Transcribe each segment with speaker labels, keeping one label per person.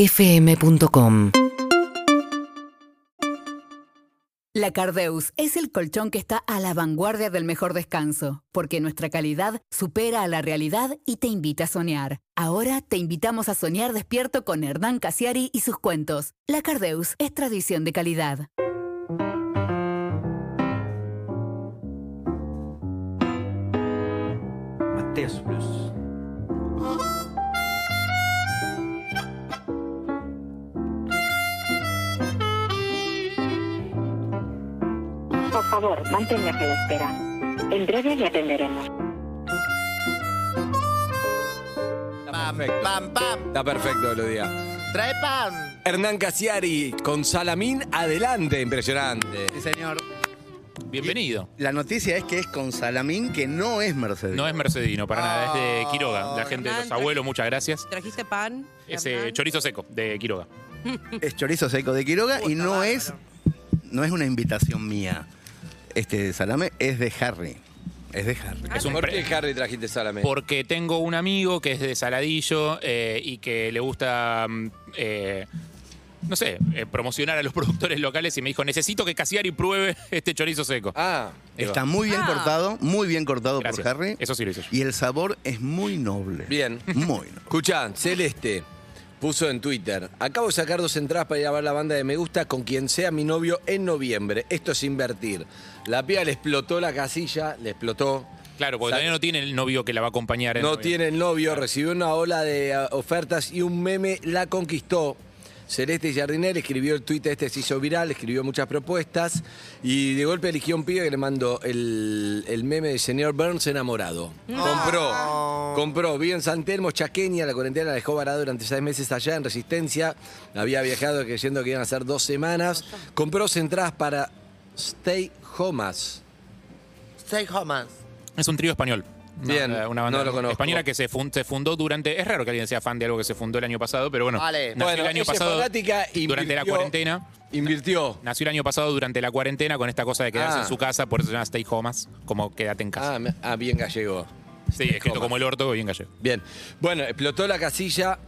Speaker 1: UrbanaPlayFM.com
Speaker 2: La Cardeus es el colchón que está a la vanguardia del mejor descanso, porque nuestra calidad supera a la realidad y te invita a soñar. Ahora te invitamos a soñar despierto con Hernán Casiari y sus cuentos. La Cardeus es tradición de calidad.
Speaker 3: Mateus Blues.
Speaker 4: Por favor, manténgase a la espera. En breve le atenderemos.
Speaker 5: Pam, pam, pam.
Speaker 6: Está perfecto, Elodía.
Speaker 5: Trae pan.
Speaker 6: Hernán Casiari con Salamín, adelante, impresionante.
Speaker 5: Sí, señor.
Speaker 7: Bienvenido.
Speaker 5: La noticia es que es con Salamín, que no es Mercedes.
Speaker 7: No es Mercedino, para nada, es
Speaker 6: Ah,
Speaker 7: de Quiroga. La gente de los
Speaker 8: Hernán,
Speaker 7: abuelos, muchas gracias.
Speaker 8: ¿Trajiste pan?
Speaker 7: Ese
Speaker 8: Hernán?
Speaker 7: chorizo seco de Quiroga.
Speaker 5: Es chorizo seco de Quiroga y no es, no es una invitación mía. Este salame es de Harry. Es de Harry.
Speaker 7: Es un
Speaker 6: ¿Por
Speaker 7: pre-
Speaker 6: qué Harry trajiste Salamín?
Speaker 7: Porque tengo un amigo que es de Saladillo eh, y que le gusta, mm, eh, no sé, eh, promocionar a los productores locales y me dijo, necesito que Casiari pruebe este chorizo seco.
Speaker 6: Ah,
Speaker 5: Está muy bien
Speaker 8: Ah.
Speaker 5: cortado, muy bien cortado
Speaker 7: Gracias.
Speaker 5: por Harry.
Speaker 7: Eso sí lo hice yo.
Speaker 5: Y el sabor es muy noble.
Speaker 6: Bien.
Speaker 5: Muy noble.
Speaker 6: Escuchá, Celeste puso en Twitter, acabo de sacar dos entradas para ir a ver la banda de Me Gusta con quien sea mi novio en noviembre. Esto es invertir. La piba le explotó la casilla, le explotó.
Speaker 7: Claro, porque
Speaker 6: Sa-
Speaker 7: todavía no tiene el novio que la va a acompañar. en
Speaker 6: No
Speaker 7: noviembre.
Speaker 6: tiene el novio, recibió una ola de ah, ofertas y un meme la conquistó. Celeste Jardinel escribió el tuit, este se hizo viral, escribió muchas propuestas y de golpe eligió un pibe que le mandó el, el meme de señor Burns enamorado. Compró, compró, vive en San Telmo, Chaqueña, la cuarentena la dejó varada durante seis meses allá en Resistencia, había viajado creyendo que iban a ser dos semanas, compró entradas para Stay Homas.
Speaker 9: Stay Homas.
Speaker 7: Es un trío español. Una-
Speaker 6: Bien,
Speaker 7: una banda
Speaker 6: no lo conozco.
Speaker 7: española que se, fun- se fundó durante. Es raro que alguien sea fan de algo que se fundó el año pasado, pero bueno.
Speaker 9: Vale.
Speaker 7: nació el año
Speaker 6: ella es
Speaker 7: pasado.
Speaker 6: fanática,
Speaker 7: Durante la
Speaker 6: invirtió-
Speaker 7: cuarentena.
Speaker 6: Invirtió.
Speaker 7: Nació el año pasado durante la cuarentena con esta cosa de quedarse
Speaker 6: Ah.
Speaker 7: en su casa, por eso se llama Stay Homas, como quédate en casa.
Speaker 6: Ah, me- ah, bien gallego.
Speaker 7: sí, escrito
Speaker 6: Homas.
Speaker 7: como el orto, bien gallego.
Speaker 6: Bien. Bueno, explotó la casilla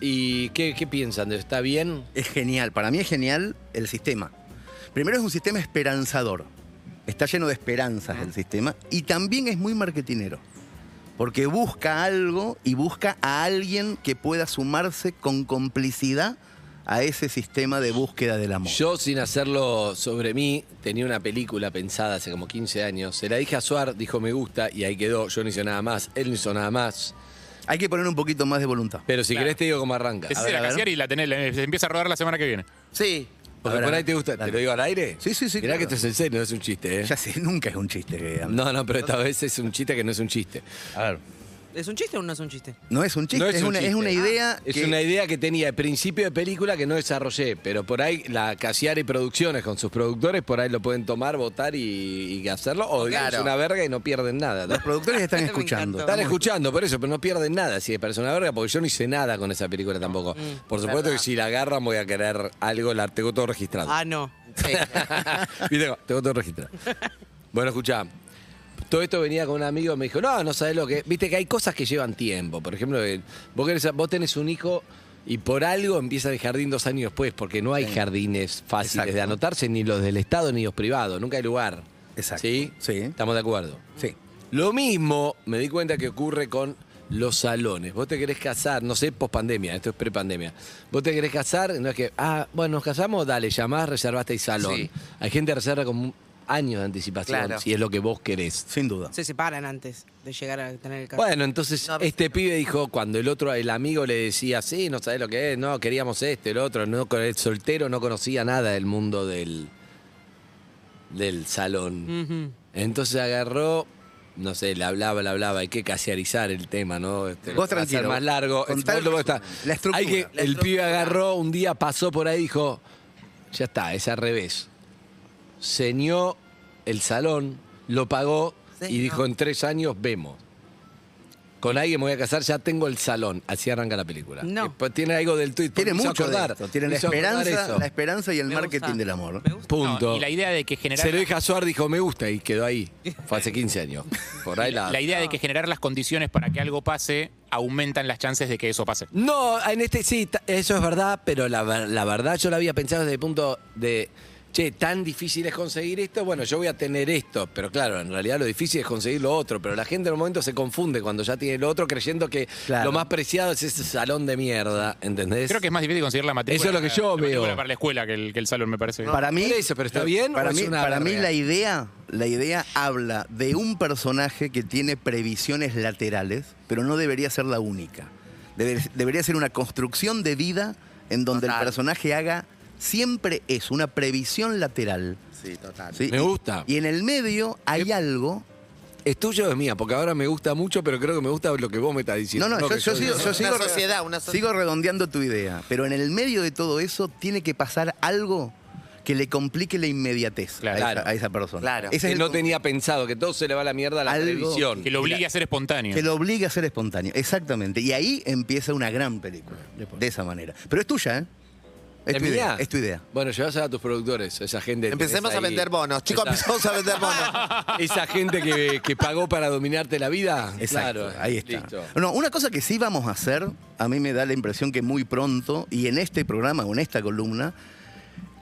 Speaker 6: y ¿qué, qué piensan? ¿De- ¿Está bien?
Speaker 5: es genial. Para mí es genial el sistema. Primero es un sistema esperanzador. Está lleno de esperanzas el sistema. Y también es muy marketinero. Porque busca algo y busca a alguien que pueda sumarse con complicidad a ese sistema de búsqueda del amor.
Speaker 6: Yo, sin hacerlo sobre mí, tenía una película pensada hace como 15 años. Se la dije a Suar, dijo me gusta y ahí quedó. Yo no hice nada más, él no hizo nada más.
Speaker 5: Hay que poner un poquito más de voluntad.
Speaker 6: Pero si querés te digo cómo arranca.
Speaker 7: Esa
Speaker 6: A
Speaker 7: es
Speaker 6: ver,
Speaker 7: la
Speaker 6: a ver.
Speaker 7: casear y la tenés, la- eh, se empieza a rodar la semana que viene.
Speaker 9: Sí.
Speaker 6: Porque
Speaker 5: A ver,
Speaker 6: por
Speaker 5: a
Speaker 6: ahí
Speaker 5: ver.
Speaker 6: te gusta.
Speaker 5: Dale.
Speaker 6: ¿Te lo digo al aire?
Speaker 5: Sí, sí, sí,
Speaker 6: Mirá
Speaker 5: claro.
Speaker 6: que esto es en serio, no es un chiste, ¿eh?
Speaker 5: Ya sé, nunca es un chiste. eh,
Speaker 6: No, no, pero esta vez es un chiste que no es un chiste.
Speaker 5: A ver.
Speaker 8: ¿Es un chiste o no es un chiste?
Speaker 5: No es un chiste,
Speaker 6: No
Speaker 5: es, una, es
Speaker 6: chiste. Ah,
Speaker 5: una idea.
Speaker 6: Es
Speaker 5: que-
Speaker 6: una idea que tenía de principio de película que no desarrollé, pero por ahí la Casiari Producciones con sus productores, por ahí lo pueden tomar, votar y, y hacerlo. O digamos, es una verga y no pierden nada. ¿no?
Speaker 5: Los productores están
Speaker 8: Me
Speaker 5: escuchando.
Speaker 8: encantó.
Speaker 6: Están
Speaker 5: Estamos-
Speaker 6: escuchando, por eso, pero no pierden nada si es parece una verga, porque yo no hice nada con esa película tampoco.
Speaker 5: Mm,
Speaker 6: por supuesto que si la agarran voy a querer algo, la tengo todo registrado.
Speaker 8: Ah, no. Sí.
Speaker 6: Y tengo, tengo todo registrado. Bueno, escuchá. Todo esto venía con un amigo, me dijo, no, no sabes lo que. Viste que hay cosas que llevan tiempo. Por ejemplo, el- vos, querés- vos tenés un hijo y por algo empieza el jardín dos años después, porque no hay jardines fáciles de
Speaker 5: Exacto.
Speaker 6: anotarse, ni los del Estado ni los privados. Nunca hay lugar.
Speaker 5: Exacto.
Speaker 6: ¿Sí?
Speaker 5: Sí.
Speaker 6: Estamos de acuerdo.
Speaker 5: Sí.
Speaker 6: Lo mismo me di cuenta que ocurre con los salones. Vos te querés casar, no sé, post pandemia, esto es prepandemia. Vos te querés casar, no es que, ah, bueno, nos casamos, dale, llamás, reservaste el salón.
Speaker 9: Sí.
Speaker 6: Hay gente que reserva con años de anticipación,
Speaker 9: Claro.
Speaker 6: si es lo que vos querés.
Speaker 5: Sin duda.
Speaker 8: Se separan antes de llegar a tener el caso.
Speaker 6: Bueno, entonces
Speaker 9: No, pero-
Speaker 6: este pibe dijo, cuando el otro, el amigo le decía, sí, no sabés lo que es, no, queríamos este, el otro, no, con el soltero no conocía nada del mundo del, del salón.
Speaker 8: Ujú.
Speaker 6: Entonces agarró, no sé, le hablaba, le hablaba, hay que casearizar el tema, ¿no? Este,
Speaker 5: Vos
Speaker 6: para hacer
Speaker 5: tranquilo,
Speaker 6: más largo.
Speaker 5: con
Speaker 6: Es-
Speaker 5: tal
Speaker 6: vos lo-
Speaker 5: resumen. La estructura.
Speaker 6: Hay que,
Speaker 5: La
Speaker 6: el
Speaker 5: estructura.
Speaker 6: pibe agarró, un día pasó por ahí y dijo, ya está, es al revés. Señó el salón, lo pagó y
Speaker 9: Señó.
Speaker 6: dijo, en tres años vemos. Con alguien me voy a casar, ya tengo el salón. Así arranca la película.
Speaker 8: No.
Speaker 6: Eh, pues Tiene algo del tuit.
Speaker 5: Tiene
Speaker 6: me hizo
Speaker 5: mucho de
Speaker 6: acordar,
Speaker 5: esto, Tiene la
Speaker 6: me hizo acordar
Speaker 5: esperanza,
Speaker 6: eso.
Speaker 5: la esperanza y el
Speaker 8: Me
Speaker 5: marketing
Speaker 8: gusta.
Speaker 5: del amor.
Speaker 8: Me gusta.
Speaker 6: Punto.
Speaker 7: y la idea de que generar.
Speaker 6: Se lo dije a Suar, dijo, me gusta y quedó ahí. Fue hace 15 años. Por ahí la...
Speaker 7: La idea de que generar las condiciones para que algo pase aumentan las chances de que eso pase.
Speaker 6: No, en este sí, ta- eso es verdad, pero la, ver- la verdad yo la había pensado desde el punto de, che, tan difícil es conseguir esto, bueno, yo voy a tener esto, pero claro, en realidad lo difícil es conseguir lo otro, pero la gente en un momento se confunde cuando ya tiene lo otro creyendo que
Speaker 5: Claro.
Speaker 6: lo más preciado es ese salón de mierda, ¿entendés?
Speaker 7: Creo que es más difícil conseguir la matrícula.
Speaker 6: Eso es lo que
Speaker 7: para-
Speaker 6: yo
Speaker 7: la matrícula
Speaker 6: veo.
Speaker 7: Para la escuela que el, que el salón, me parece.
Speaker 5: Para mí,
Speaker 6: Por eso, pero está bien,
Speaker 5: Para
Speaker 6: o es
Speaker 5: mí,
Speaker 6: una
Speaker 5: para mí
Speaker 6: verga.
Speaker 5: la idea, la idea habla de un personaje que tiene previsiones laterales, pero no debería ser la única. Debe- debería ser una construcción de vida en donde el
Speaker 9: Total.
Speaker 5: personaje haga siempre eso, una previsión lateral.
Speaker 9: Sí, total.
Speaker 5: ¿sí?
Speaker 6: Me
Speaker 5: Y-
Speaker 6: gusta.
Speaker 5: Y en el medio hay algo.
Speaker 6: Es tuyo o es mía, porque ahora me gusta mucho, pero creo que me gusta lo que vos me estás diciendo.
Speaker 5: No, no, yo,
Speaker 6: que
Speaker 5: yo sigo,
Speaker 9: una-
Speaker 5: yo
Speaker 9: una
Speaker 5: sigo-
Speaker 9: sociedad, una so-
Speaker 5: sigo redondeando tu idea, pero en el medio de todo eso tiene que pasar algo que le complique la inmediatez a,
Speaker 7: Claro.
Speaker 5: esa, a esa persona.
Speaker 9: Claro.
Speaker 5: Ese es
Speaker 6: que
Speaker 5: el
Speaker 6: no
Speaker 5: con-
Speaker 6: tenía pensado, que todo se le va a la mierda a la
Speaker 5: Algo-
Speaker 6: televisión.
Speaker 7: que lo obligue a ser espontáneo.
Speaker 5: Que lo obliga a ser espontáneo, exactamente. Y ahí empieza una gran película, de esa manera. Pero es tuya, ¿eh? Es, tu
Speaker 6: mía?
Speaker 5: idea, es tu idea.
Speaker 6: Bueno, llevas a tus productores, esa gente. que
Speaker 9: Empecemos
Speaker 6: tenés
Speaker 9: a
Speaker 6: ahí.
Speaker 9: vender bonos. Chicos,
Speaker 6: Esa-
Speaker 9: empecemos a vender bonos.
Speaker 6: Esa gente que, que pagó para dominarte la vida.
Speaker 5: Exacto,
Speaker 6: Claro,
Speaker 5: ahí está.
Speaker 6: listo.
Speaker 5: No, una cosa que sí vamos a hacer, a mí me da la impresión que muy pronto, y en este programa o en esta columna,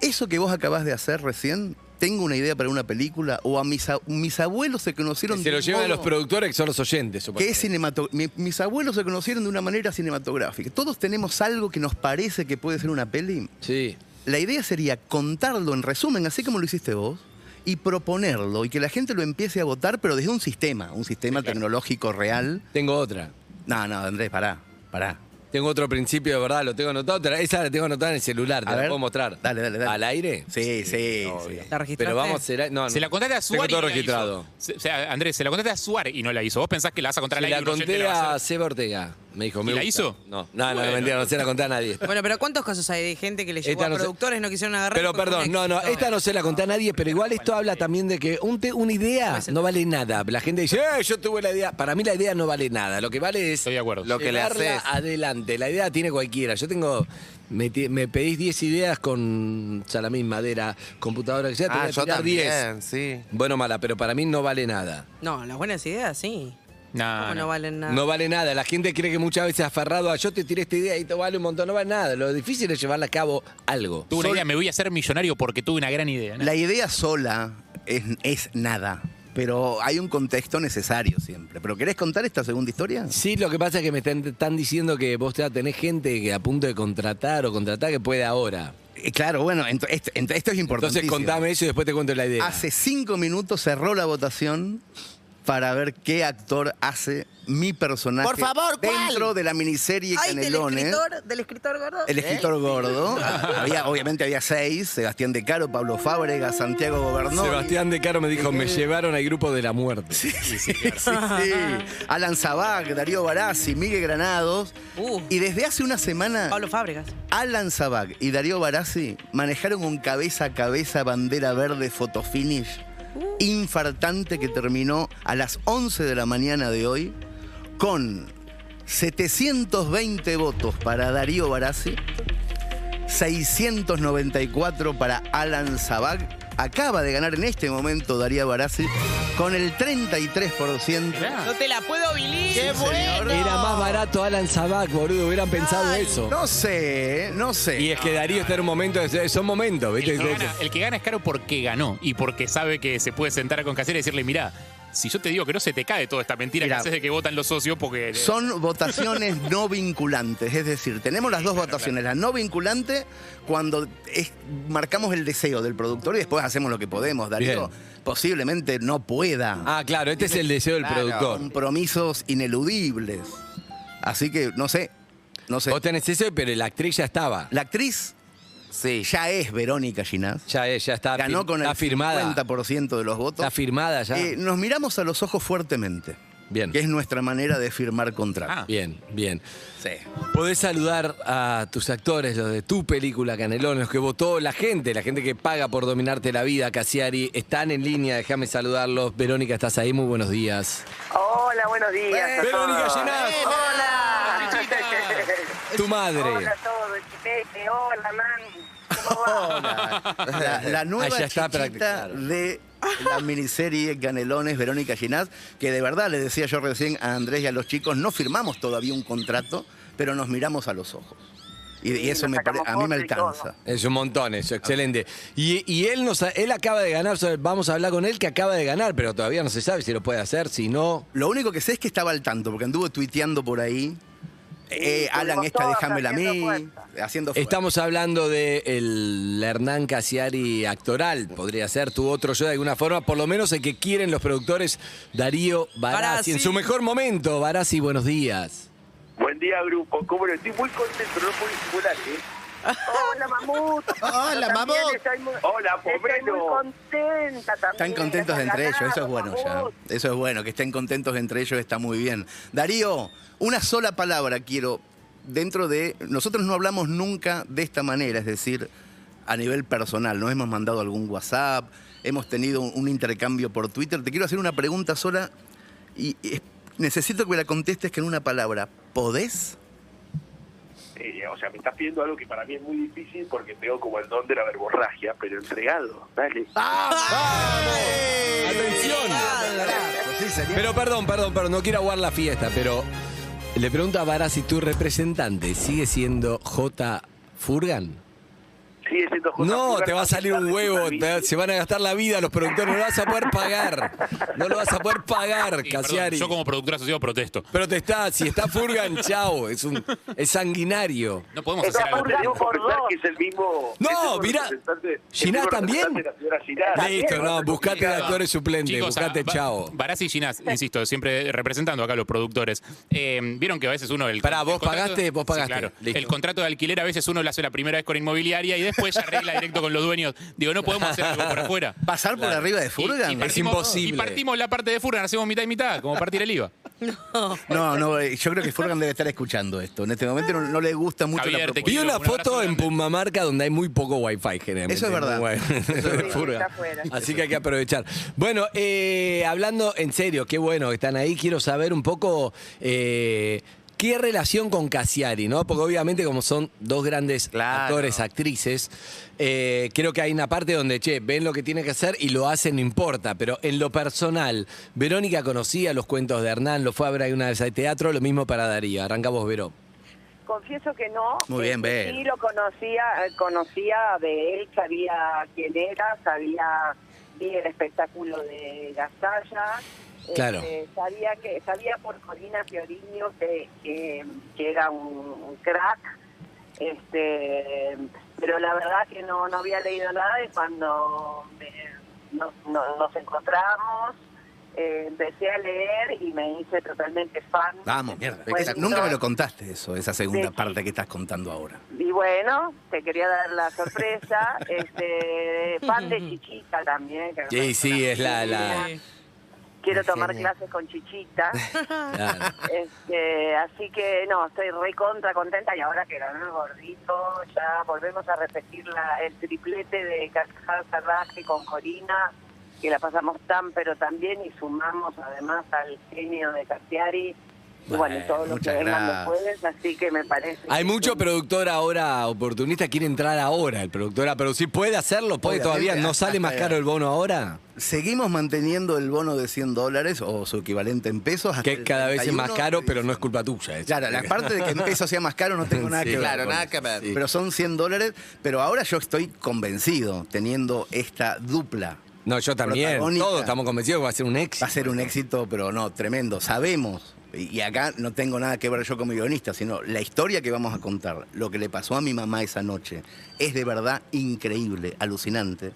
Speaker 5: eso que vos acabás de hacer recién, tengo una idea para una película, o a mis, a- mis abuelos se conocieron
Speaker 6: Que se
Speaker 5: de
Speaker 6: lo
Speaker 5: un
Speaker 6: llevan a los
Speaker 5: modo
Speaker 6: productores, que son los oyentes.
Speaker 5: que
Speaker 6: supongo.
Speaker 5: es cinemato- mi- mis abuelos se conocieron de una manera cinematográfica. Todos tenemos algo que nos parece que puede ser una peli.
Speaker 6: Sí.
Speaker 5: La idea sería contarlo en resumen, así como lo hiciste vos, y proponerlo y que la gente lo empiece a votar, pero desde un sistema, un sistema tecnológico real.
Speaker 6: Tengo otra.
Speaker 5: No, no, Andrés, pará, pará.
Speaker 6: Tengo otro principio de verdad, lo tengo anotado. te la- Esa la tengo anotada en el celular, te
Speaker 5: A
Speaker 6: la
Speaker 5: ver.
Speaker 6: puedo mostrar.
Speaker 5: Dale, dale, dale.
Speaker 6: ¿Al aire?
Speaker 5: Sí, sí, sí.
Speaker 8: ¿La registraste?
Speaker 6: Pero vamos, será. No, no.
Speaker 7: Se la contaste a
Speaker 6: Tengo
Speaker 7: Suárez.
Speaker 6: todo registrado.
Speaker 7: O sea, Andrés, se la contaste a Suárez y no la hizo. Vos pensás que la vas a contar
Speaker 6: Se
Speaker 7: al aire
Speaker 6: la
Speaker 7: y un oyente
Speaker 6: conté
Speaker 7: la va a
Speaker 6: a
Speaker 7: hacer?
Speaker 6: Seba Ortega. Me dijo, me
Speaker 7: ¿Y la
Speaker 6: gusta.
Speaker 7: hizo?
Speaker 6: No, no, no,
Speaker 7: Bueno.
Speaker 6: mentira, no se la conté a nadie.
Speaker 8: Bueno, pero ¿cuántos casos hay de gente que le llegó
Speaker 6: Esta
Speaker 8: a
Speaker 6: no se-
Speaker 8: productores no quisieron agarrar?
Speaker 6: Pero
Speaker 8: Fue un
Speaker 6: perdón, no, no,
Speaker 8: éxito.
Speaker 6: esta no se la conté a nadie, pero igual esto habla también de que un te- una idea no vale nada. La gente dice, eh, yo tuve la idea. Para mí la idea no vale nada. Lo que vale es
Speaker 7: Estoy de acuerdo.
Speaker 9: Lo que le
Speaker 6: llevarla
Speaker 9: haces.
Speaker 6: adelante. La idea tiene cualquiera. Yo tengo, me, ti- me pedís 10 ideas con salamín, madera, computadora, que sea, te voy
Speaker 9: Ah,
Speaker 6: a
Speaker 9: yo
Speaker 6: tirar 10.
Speaker 9: también, sí.
Speaker 6: Bueno, mala, pero para mí no vale nada.
Speaker 8: No, las buenas ideas, sí.
Speaker 7: No,
Speaker 8: ¿Cómo
Speaker 7: no.
Speaker 8: no valen nada?
Speaker 6: Ah, No vale nada. La gente cree que muchas veces aferrado a yo te tiré esta idea y te vale un montón. No vale nada. Lo difícil es llevarla a cabo algo.
Speaker 7: Tuve una idea, me voy a hacer millonario porque tuve una gran idea. ¿no?
Speaker 5: La idea sola es, es nada, pero hay un contexto necesario siempre. ¿Pero querés contar esta segunda historia?
Speaker 6: Sí, lo que pasa es que me están, están diciendo que vos te- tenés gente que a punto de contratar o contratar que puede ahora.
Speaker 5: Eh, Claro, bueno, ento- esto, ento- esto es importante.
Speaker 6: Entonces contame eso y después te cuento la idea.
Speaker 5: Hace cinco minutos cerró la votación para ver qué actor hace mi personaje
Speaker 9: Por favor, ¿cuál?
Speaker 5: dentro de la miniserie
Speaker 8: Ay, del
Speaker 1: ¿eh?
Speaker 5: Canelones.
Speaker 8: escritor, del escritor gordo.
Speaker 5: El escritor gordo. Había, obviamente había seis: Sebastián De Caro, Pablo Fábrega, Santiago Gobernó.
Speaker 6: Sebastián de Caro me dijo,
Speaker 5: Eh,
Speaker 6: me llevaron al grupo de la muerte.
Speaker 5: Alan Zabak, Darío Barassi, Miguel Granados.
Speaker 8: Uh.
Speaker 5: Y desde hace una semana,
Speaker 8: Pablo Fábregas.
Speaker 5: Alan Zabak y Darío Barassi manejaron un cabeza a cabeza bandera verde fotofinish infartante que terminó a las 11 de la mañana de hoy con 720 votos para Darío Barassi, 694 para Alan Zabak. Acaba de ganar en este momento Darío Barassi con el 33%.
Speaker 8: No te la puedo bilir.
Speaker 9: ¡Qué bueno!
Speaker 6: Era más barato Alan Sabac, boludo. Hubieran pensado eso.
Speaker 5: No sé, no sé.
Speaker 6: Y es que Darío está en un momento, de- son momentos, ¿viste?
Speaker 7: El que, gana, el que gana es caro porque ganó y porque sabe que se puede sentar con Casera y decirle, mirá, si yo te digo que no se te cae toda esta mentira
Speaker 5: Mirá.
Speaker 7: que haces de que votan los socios porque... eh,
Speaker 5: Son votaciones no vinculantes, es decir, tenemos las dos votaciones, la no vinculante cuando es- marcamos el deseo del productor y después hacemos lo que podemos. Darío
Speaker 6: Bien.
Speaker 5: posiblemente no pueda.
Speaker 6: Ah, claro, este es el deseo del
Speaker 9: Claro.
Speaker 6: productor.
Speaker 5: Compromisos ineludibles. Así que no sé, no sé.
Speaker 6: Vos tenés eso, pero la actriz ya estaba.
Speaker 5: La actriz
Speaker 9: Sí.
Speaker 5: ya es Verónica Ginás.
Speaker 6: Ya, es, ya está,
Speaker 5: Ganó
Speaker 6: fir-
Speaker 5: con el
Speaker 6: está firmada.
Speaker 5: 50% de los votos.
Speaker 6: Está firmada ya.
Speaker 5: Eh, nos miramos a los ojos fuertemente,
Speaker 6: Bien.
Speaker 5: que es nuestra manera de firmar contratos.
Speaker 7: Ah.
Speaker 6: Bien, bien.
Speaker 5: Sí.
Speaker 6: Podés saludar a tus actores, los de tu película, Canelón, los que votó la gente, la gente que paga por dominarte la vida, Casiari. Están en línea, déjame saludarlos. Verónica, estás ahí, muy buenos días.
Speaker 4: Hola,
Speaker 1: Hola, buenos días. a
Speaker 6: Verónica
Speaker 1: todos.
Speaker 6: Llenás.
Speaker 1: Hola.
Speaker 6: Tu madre.
Speaker 1: Hola a todos, chiquete. Hola, man. ¿Cómo va?
Speaker 5: La, la nueva
Speaker 6: Ah, ya está
Speaker 5: chiquita
Speaker 6: practicada.
Speaker 5: de la miniserie Ganelones, Verónica Ginás, que de verdad le decía yo recién a Andrés y a los chicos, no firmamos todavía un contrato, pero nos miramos a los ojos. Y, y
Speaker 1: Sí,
Speaker 5: eso
Speaker 1: nos
Speaker 5: me pare-
Speaker 1: sacamos
Speaker 5: a mí me
Speaker 1: fotos y todo.
Speaker 5: alcanza.
Speaker 6: Es un montón eso, excelente. Y, y él nos, él acaba de ganar, so- vamos a hablar con él que acaba de ganar, pero todavía no se sabe si lo puede hacer, si no.
Speaker 5: Lo único que sé es que estaba al tanto, porque anduvo tuiteando por ahí. eh,
Speaker 1: estuvimos
Speaker 5: Alan, esta
Speaker 1: todas
Speaker 5: déjamela a mí.
Speaker 1: haciendo fuerza.
Speaker 5: Haciendo fuerza.
Speaker 6: Estamos hablando de el Hernán Casiari actoral, podría ser tu otro yo de alguna forma, por lo menos el que quieren los productores Darío Barassi.
Speaker 8: Barassi.
Speaker 6: En su mejor momento, Barassi, buenos días.
Speaker 10: Buen día, grupo. ¿Cómo lo estoy muy contento? No puedo disimular, ¿eh?
Speaker 1: Hola, mamut.
Speaker 9: Hola,
Speaker 1: Yo también
Speaker 9: mamut.
Speaker 1: Estoy muy,
Speaker 10: Hola,
Speaker 1: estoy muy
Speaker 10: pomelo.
Speaker 1: contenta también.
Speaker 5: Están contentos
Speaker 1: que hayas
Speaker 5: entre ellos, eso es
Speaker 1: ganado,
Speaker 5: bueno ya.
Speaker 1: mamut.
Speaker 5: Eso es bueno, que estén contentos entre ellos está muy bien. Darío, una sola palabra quiero. Dentro de. Nosotros no hablamos nunca de esta manera, es decir, a nivel personal. Nos hemos mandado algún WhatsApp, hemos tenido un, un intercambio por Twitter. Te quiero hacer una pregunta sola y, y necesito que me la contestes que en una palabra. ¿Podés?
Speaker 10: Eh, o sea, me estás pidiendo algo que para mí es muy difícil porque tengo como el don de la verborragia, pero entregado. Dale.
Speaker 1: Ah.
Speaker 6: ¡Atención! Pero perdón, perdón, perdón, no quiero aguar la fiesta, pero le pregunto a Barassi, tu representante sigue siendo J. Furgan.
Speaker 10: Sigue siendo José
Speaker 6: No,
Speaker 10: Furgan,
Speaker 6: te va a salir un huevo, te- se van a gastar la vida los productores, no lo vas a poder pagar. No lo vas a poder pagar,
Speaker 7: Y, perdón,
Speaker 6: Casiari.
Speaker 7: yo como productor asociado protesto.
Speaker 6: Protestá, si está Furgan, chao, es un es sanguinario.
Speaker 7: No podemos
Speaker 1: Eso
Speaker 7: hacer algo.
Speaker 1: apura.
Speaker 10: Tenemos que
Speaker 1: por
Speaker 10: pensar
Speaker 1: dos.
Speaker 10: que es el mismo.
Speaker 6: No,
Speaker 10: es el mismo
Speaker 6: mirá,
Speaker 10: representante- el
Speaker 6: Ginás
Speaker 10: mismo
Speaker 6: también.
Speaker 10: representante de la señora Ginás.
Speaker 6: Listo, no, buscate de actores suplentes,
Speaker 7: Chicos,
Speaker 6: buscate
Speaker 7: a- Ba-
Speaker 6: chao.
Speaker 7: Barassi y Ginás, insisto, siempre representando acá a los productores. Eh, Vieron que a veces uno... El,
Speaker 6: Pará,
Speaker 7: el
Speaker 6: vos pagaste, vos pagaste.
Speaker 7: claro.
Speaker 6: Listo.
Speaker 7: El contrato de alquiler a veces uno lo hace la primera vez con inmobiliaria y después ya arregla directo con los dueños. Digo, no podemos hacer algo por afuera.
Speaker 5: ¿Pasar por arriba de Eh, Furgan?
Speaker 6: Es imposible.
Speaker 7: Y partimos la parte de Furgan, hacemos mitad y mitad, como partir el IVA.
Speaker 5: No, no, eh, yo creo que Furgan debe estar escuchando esto. En este momento no, no le gusta mucho la
Speaker 7: Javier, te
Speaker 5: propuesta.
Speaker 6: Vi una
Speaker 7: Un abrazo
Speaker 6: foto en
Speaker 7: grande.
Speaker 6: Pumamarca donde hay muy poco wifi generalmente.
Speaker 5: Eso es verdad.
Speaker 6: Bueno, Furgan.
Speaker 1: está afuera.
Speaker 6: Así que hay que aprovechar. Bueno, eh, hablando en serio, qué bueno que están ahí. Quiero saber un poco eh, qué relación con Cassiari, ¿no? Porque obviamente como son dos grandes
Speaker 9: Claro.
Speaker 6: actores, actrices, eh, creo que hay una parte donde, che, ven lo que tienen que hacer y lo hacen, no importa. Pero en lo personal, Verónica conocía los cuentos de Hernán, lo fue a ver ahí una vez al teatro, lo mismo para Darío. Arranca vos, Verón.
Speaker 1: Confieso que no.
Speaker 5: Muy bien,
Speaker 1: este,
Speaker 5: Bel.
Speaker 1: Sí, lo conocía, eh, conocía de él, sabía quién era, sabía, vi el espectáculo de Gastalla.
Speaker 5: Eh,
Speaker 6: Claro.
Speaker 1: este, sabía que sabía por Corina Fiorino que, que, que era un, un crack, este, pero la verdad que no, no había leído nada y cuando me- no- no- nos encontramos eh, empecé a leer y me hice totalmente fan.
Speaker 6: Ah.
Speaker 5: Vamos, mierda.
Speaker 1: Bueno,
Speaker 5: Esa- nunca
Speaker 1: no.
Speaker 5: me lo contaste eso, esa segunda
Speaker 1: Sí.
Speaker 5: parte que estás contando ahora.
Speaker 1: Y bueno, te quería dar la sorpresa, este, fan de Chichita también. que
Speaker 6: Sí, sí, es la- la-
Speaker 1: Quiero tomar
Speaker 9: genia.
Speaker 1: clases con Chichita,
Speaker 6: Claro.
Speaker 1: este, así que no, estoy recontra contenta y ahora que ganó el gordito, ya volvemos a repetir la, el triplete de Cascada Sarraje con Corina, que la pasamos tan pero tan bien y sumamos además al genio de Castiari. y Bueno,
Speaker 5: Bueno,
Speaker 1: y todo lo que
Speaker 5: muchas
Speaker 1: vengan
Speaker 5: gracias.
Speaker 1: después, así que me parece.
Speaker 6: Hay
Speaker 1: que
Speaker 6: mucho
Speaker 1: es un-
Speaker 6: productor ahora oportunista quiere entrar ahora el productor a producir. ¿Puede hacerlo? ¿Puede todavía? ¿No sale más caro el bono ahora?
Speaker 5: Seguimos manteniendo el bono de 100 dólares o su equivalente en pesos. hasta
Speaker 6: Que
Speaker 5: el
Speaker 6: cada vez es más
Speaker 5: 31
Speaker 6: caro,
Speaker 5: de
Speaker 6: pero no es
Speaker 5: diciembre.
Speaker 6: culpa tuya. eso.
Speaker 5: Claro, la parte de que en pesos sea más caro no tengo nada
Speaker 6: Sí,
Speaker 5: que ver.
Speaker 6: claro,
Speaker 5: con
Speaker 6: nada
Speaker 5: eso.
Speaker 6: que ver.
Speaker 5: Sí. Pero son 100 dólares, pero ahora yo estoy convencido, teniendo esta dupla.
Speaker 6: No, yo también.
Speaker 5: Protagonista.
Speaker 6: Todos estamos convencidos que va a ser un éxito.
Speaker 5: Va a ser un éxito, pero no, tremendo. Sabemos, y y acá no tengo nada que ver yo como guionista, sino la historia que vamos a contar, lo que le pasó a mi mamá esa noche, es de verdad increíble, alucinante.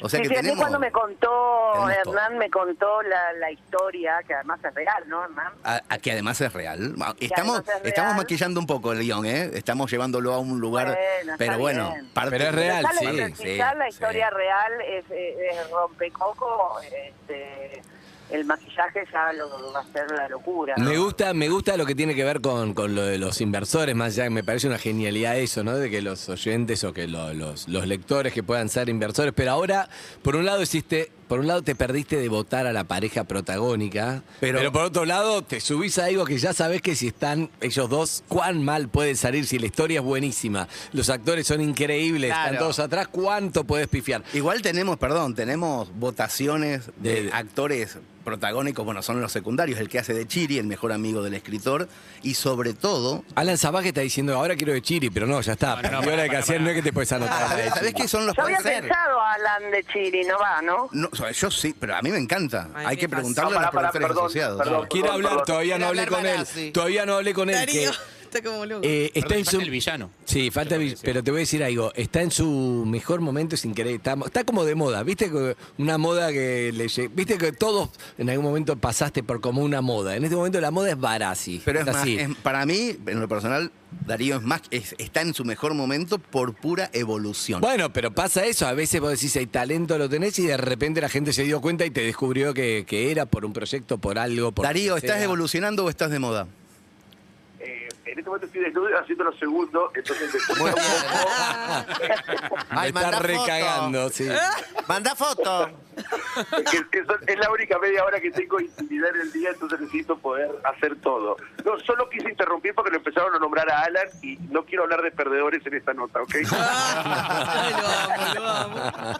Speaker 5: O sea que
Speaker 1: Sí, sí, a mí
Speaker 5: tenemos...
Speaker 1: cuando me contó
Speaker 5: tenemos
Speaker 1: Hernán,
Speaker 5: todo.
Speaker 1: me contó la, la historia, que además es real, ¿no, Hernán?
Speaker 5: A, a que además es real. Estamos,
Speaker 1: además es
Speaker 5: estamos
Speaker 1: real.
Speaker 5: maquillando un poco el guión, ¿eh? Estamos llevándolo a un lugar.
Speaker 1: Bueno,
Speaker 5: pero
Speaker 1: está
Speaker 5: bueno,
Speaker 1: bien.
Speaker 5: parte-
Speaker 6: Pero es real,
Speaker 1: Quizá
Speaker 6: sí,
Speaker 1: la,
Speaker 6: sí,
Speaker 1: quizá la
Speaker 6: sí.
Speaker 1: historia real es, eh, es rompecoco, este, el maquillaje ya lo, va a ser la locura. ¿no?
Speaker 6: Me gusta, me gusta lo que tiene que ver con, con lo de los inversores, más allá que me parece una genialidad eso, ¿no? De que los oyentes o que lo- los, los lectores que puedan ser inversores. Pero ahora, por un lado, existe por un lado te perdiste de votar a la pareja protagónica, pero, por otro lado te subís a algo que ya sabés que si están ellos dos, cuán mal puede salir si la historia es buenísima, los actores son increíbles, están
Speaker 5: Claro.
Speaker 6: todos atrás, cuánto puedes pifiar.
Speaker 5: Igual tenemos, perdón, tenemos votaciones de,
Speaker 6: De-
Speaker 5: actores protagónicos, bueno, son los secundarios, el que hace de Chiri, el mejor amigo del escritor, y sobre todo...
Speaker 6: Alan Sabaje está diciendo, ahora quiero de Chiri, pero no, ya está.
Speaker 7: no,
Speaker 6: perdió
Speaker 7: pará,
Speaker 6: la de
Speaker 7: pará,
Speaker 6: Casiar,
Speaker 7: pará.
Speaker 6: no Ah, es que te puedes anotar. la de
Speaker 5: ¿Sabés, sabés
Speaker 6: Chiri.
Speaker 5: qué son los
Speaker 1: Yo había
Speaker 5: ser?
Speaker 1: pensado a Alan de Chiri, no va, ¿no?
Speaker 5: No, o sea, yo sí, pero a mí me encanta.
Speaker 8: Ay,
Speaker 5: Hay
Speaker 8: qué
Speaker 5: que preguntarle
Speaker 10: pasa.
Speaker 5: a los
Speaker 10: Pará, pará,
Speaker 5: productores
Speaker 10: perdón,
Speaker 5: asociados.
Speaker 10: perdón.
Speaker 5: No,
Speaker 6: Quiero hablar,
Speaker 10: perdón.
Speaker 6: todavía no hablé
Speaker 9: Quiero
Speaker 6: con
Speaker 9: hablar
Speaker 6: él.
Speaker 9: Barassi.
Speaker 6: Todavía no hablé con él.
Speaker 8: Darío,
Speaker 6: que-
Speaker 8: está como loco.
Speaker 6: Eh, está
Speaker 7: Perdón,
Speaker 6: en su...
Speaker 7: el villano.
Speaker 6: Sí, falta
Speaker 7: Yo
Speaker 6: el
Speaker 7: lo
Speaker 6: vi-
Speaker 7: decía.
Speaker 6: pero te voy a decir algo. Está en su mejor momento sin querer. Está, está como de moda, ¿viste? Que Una moda que le lle- Viste que todos en algún momento pasaste por como una moda. En este momento la moda es Barassi.
Speaker 5: Pero es
Speaker 6: Está
Speaker 5: más,
Speaker 6: así.
Speaker 5: es- para mí, en lo personal, Darío es más, es- está en su mejor momento por pura evolución.
Speaker 6: Bueno, pero pasa eso. A veces vos decís, hay talento, lo tenés, y de repente la gente se dio cuenta y te descubrió que, que era por un proyecto, por algo. Por
Speaker 5: Darío,
Speaker 6: lo que
Speaker 5: ¿estás
Speaker 6: sea.
Speaker 5: evolucionando o estás de moda?
Speaker 10: Eh, en este momento estoy desnudo haciendo lo segundo, entonces me cuesta
Speaker 9: Muy bien.
Speaker 10: un poco.
Speaker 6: Me
Speaker 9: Ay,
Speaker 6: está
Speaker 9: mandá foto. Eh,
Speaker 6: recagando, sí.
Speaker 9: Manda foto.
Speaker 10: que, que son- es la única media hora que tengo intimidad en el día, entonces necesito poder hacer todo. No, solo quise interrumpir porque lo empezaron a nombrar a Alan y no quiero hablar de perdedores en esta nota, ¿ok?
Speaker 8: Ay, lo amo, lo amo.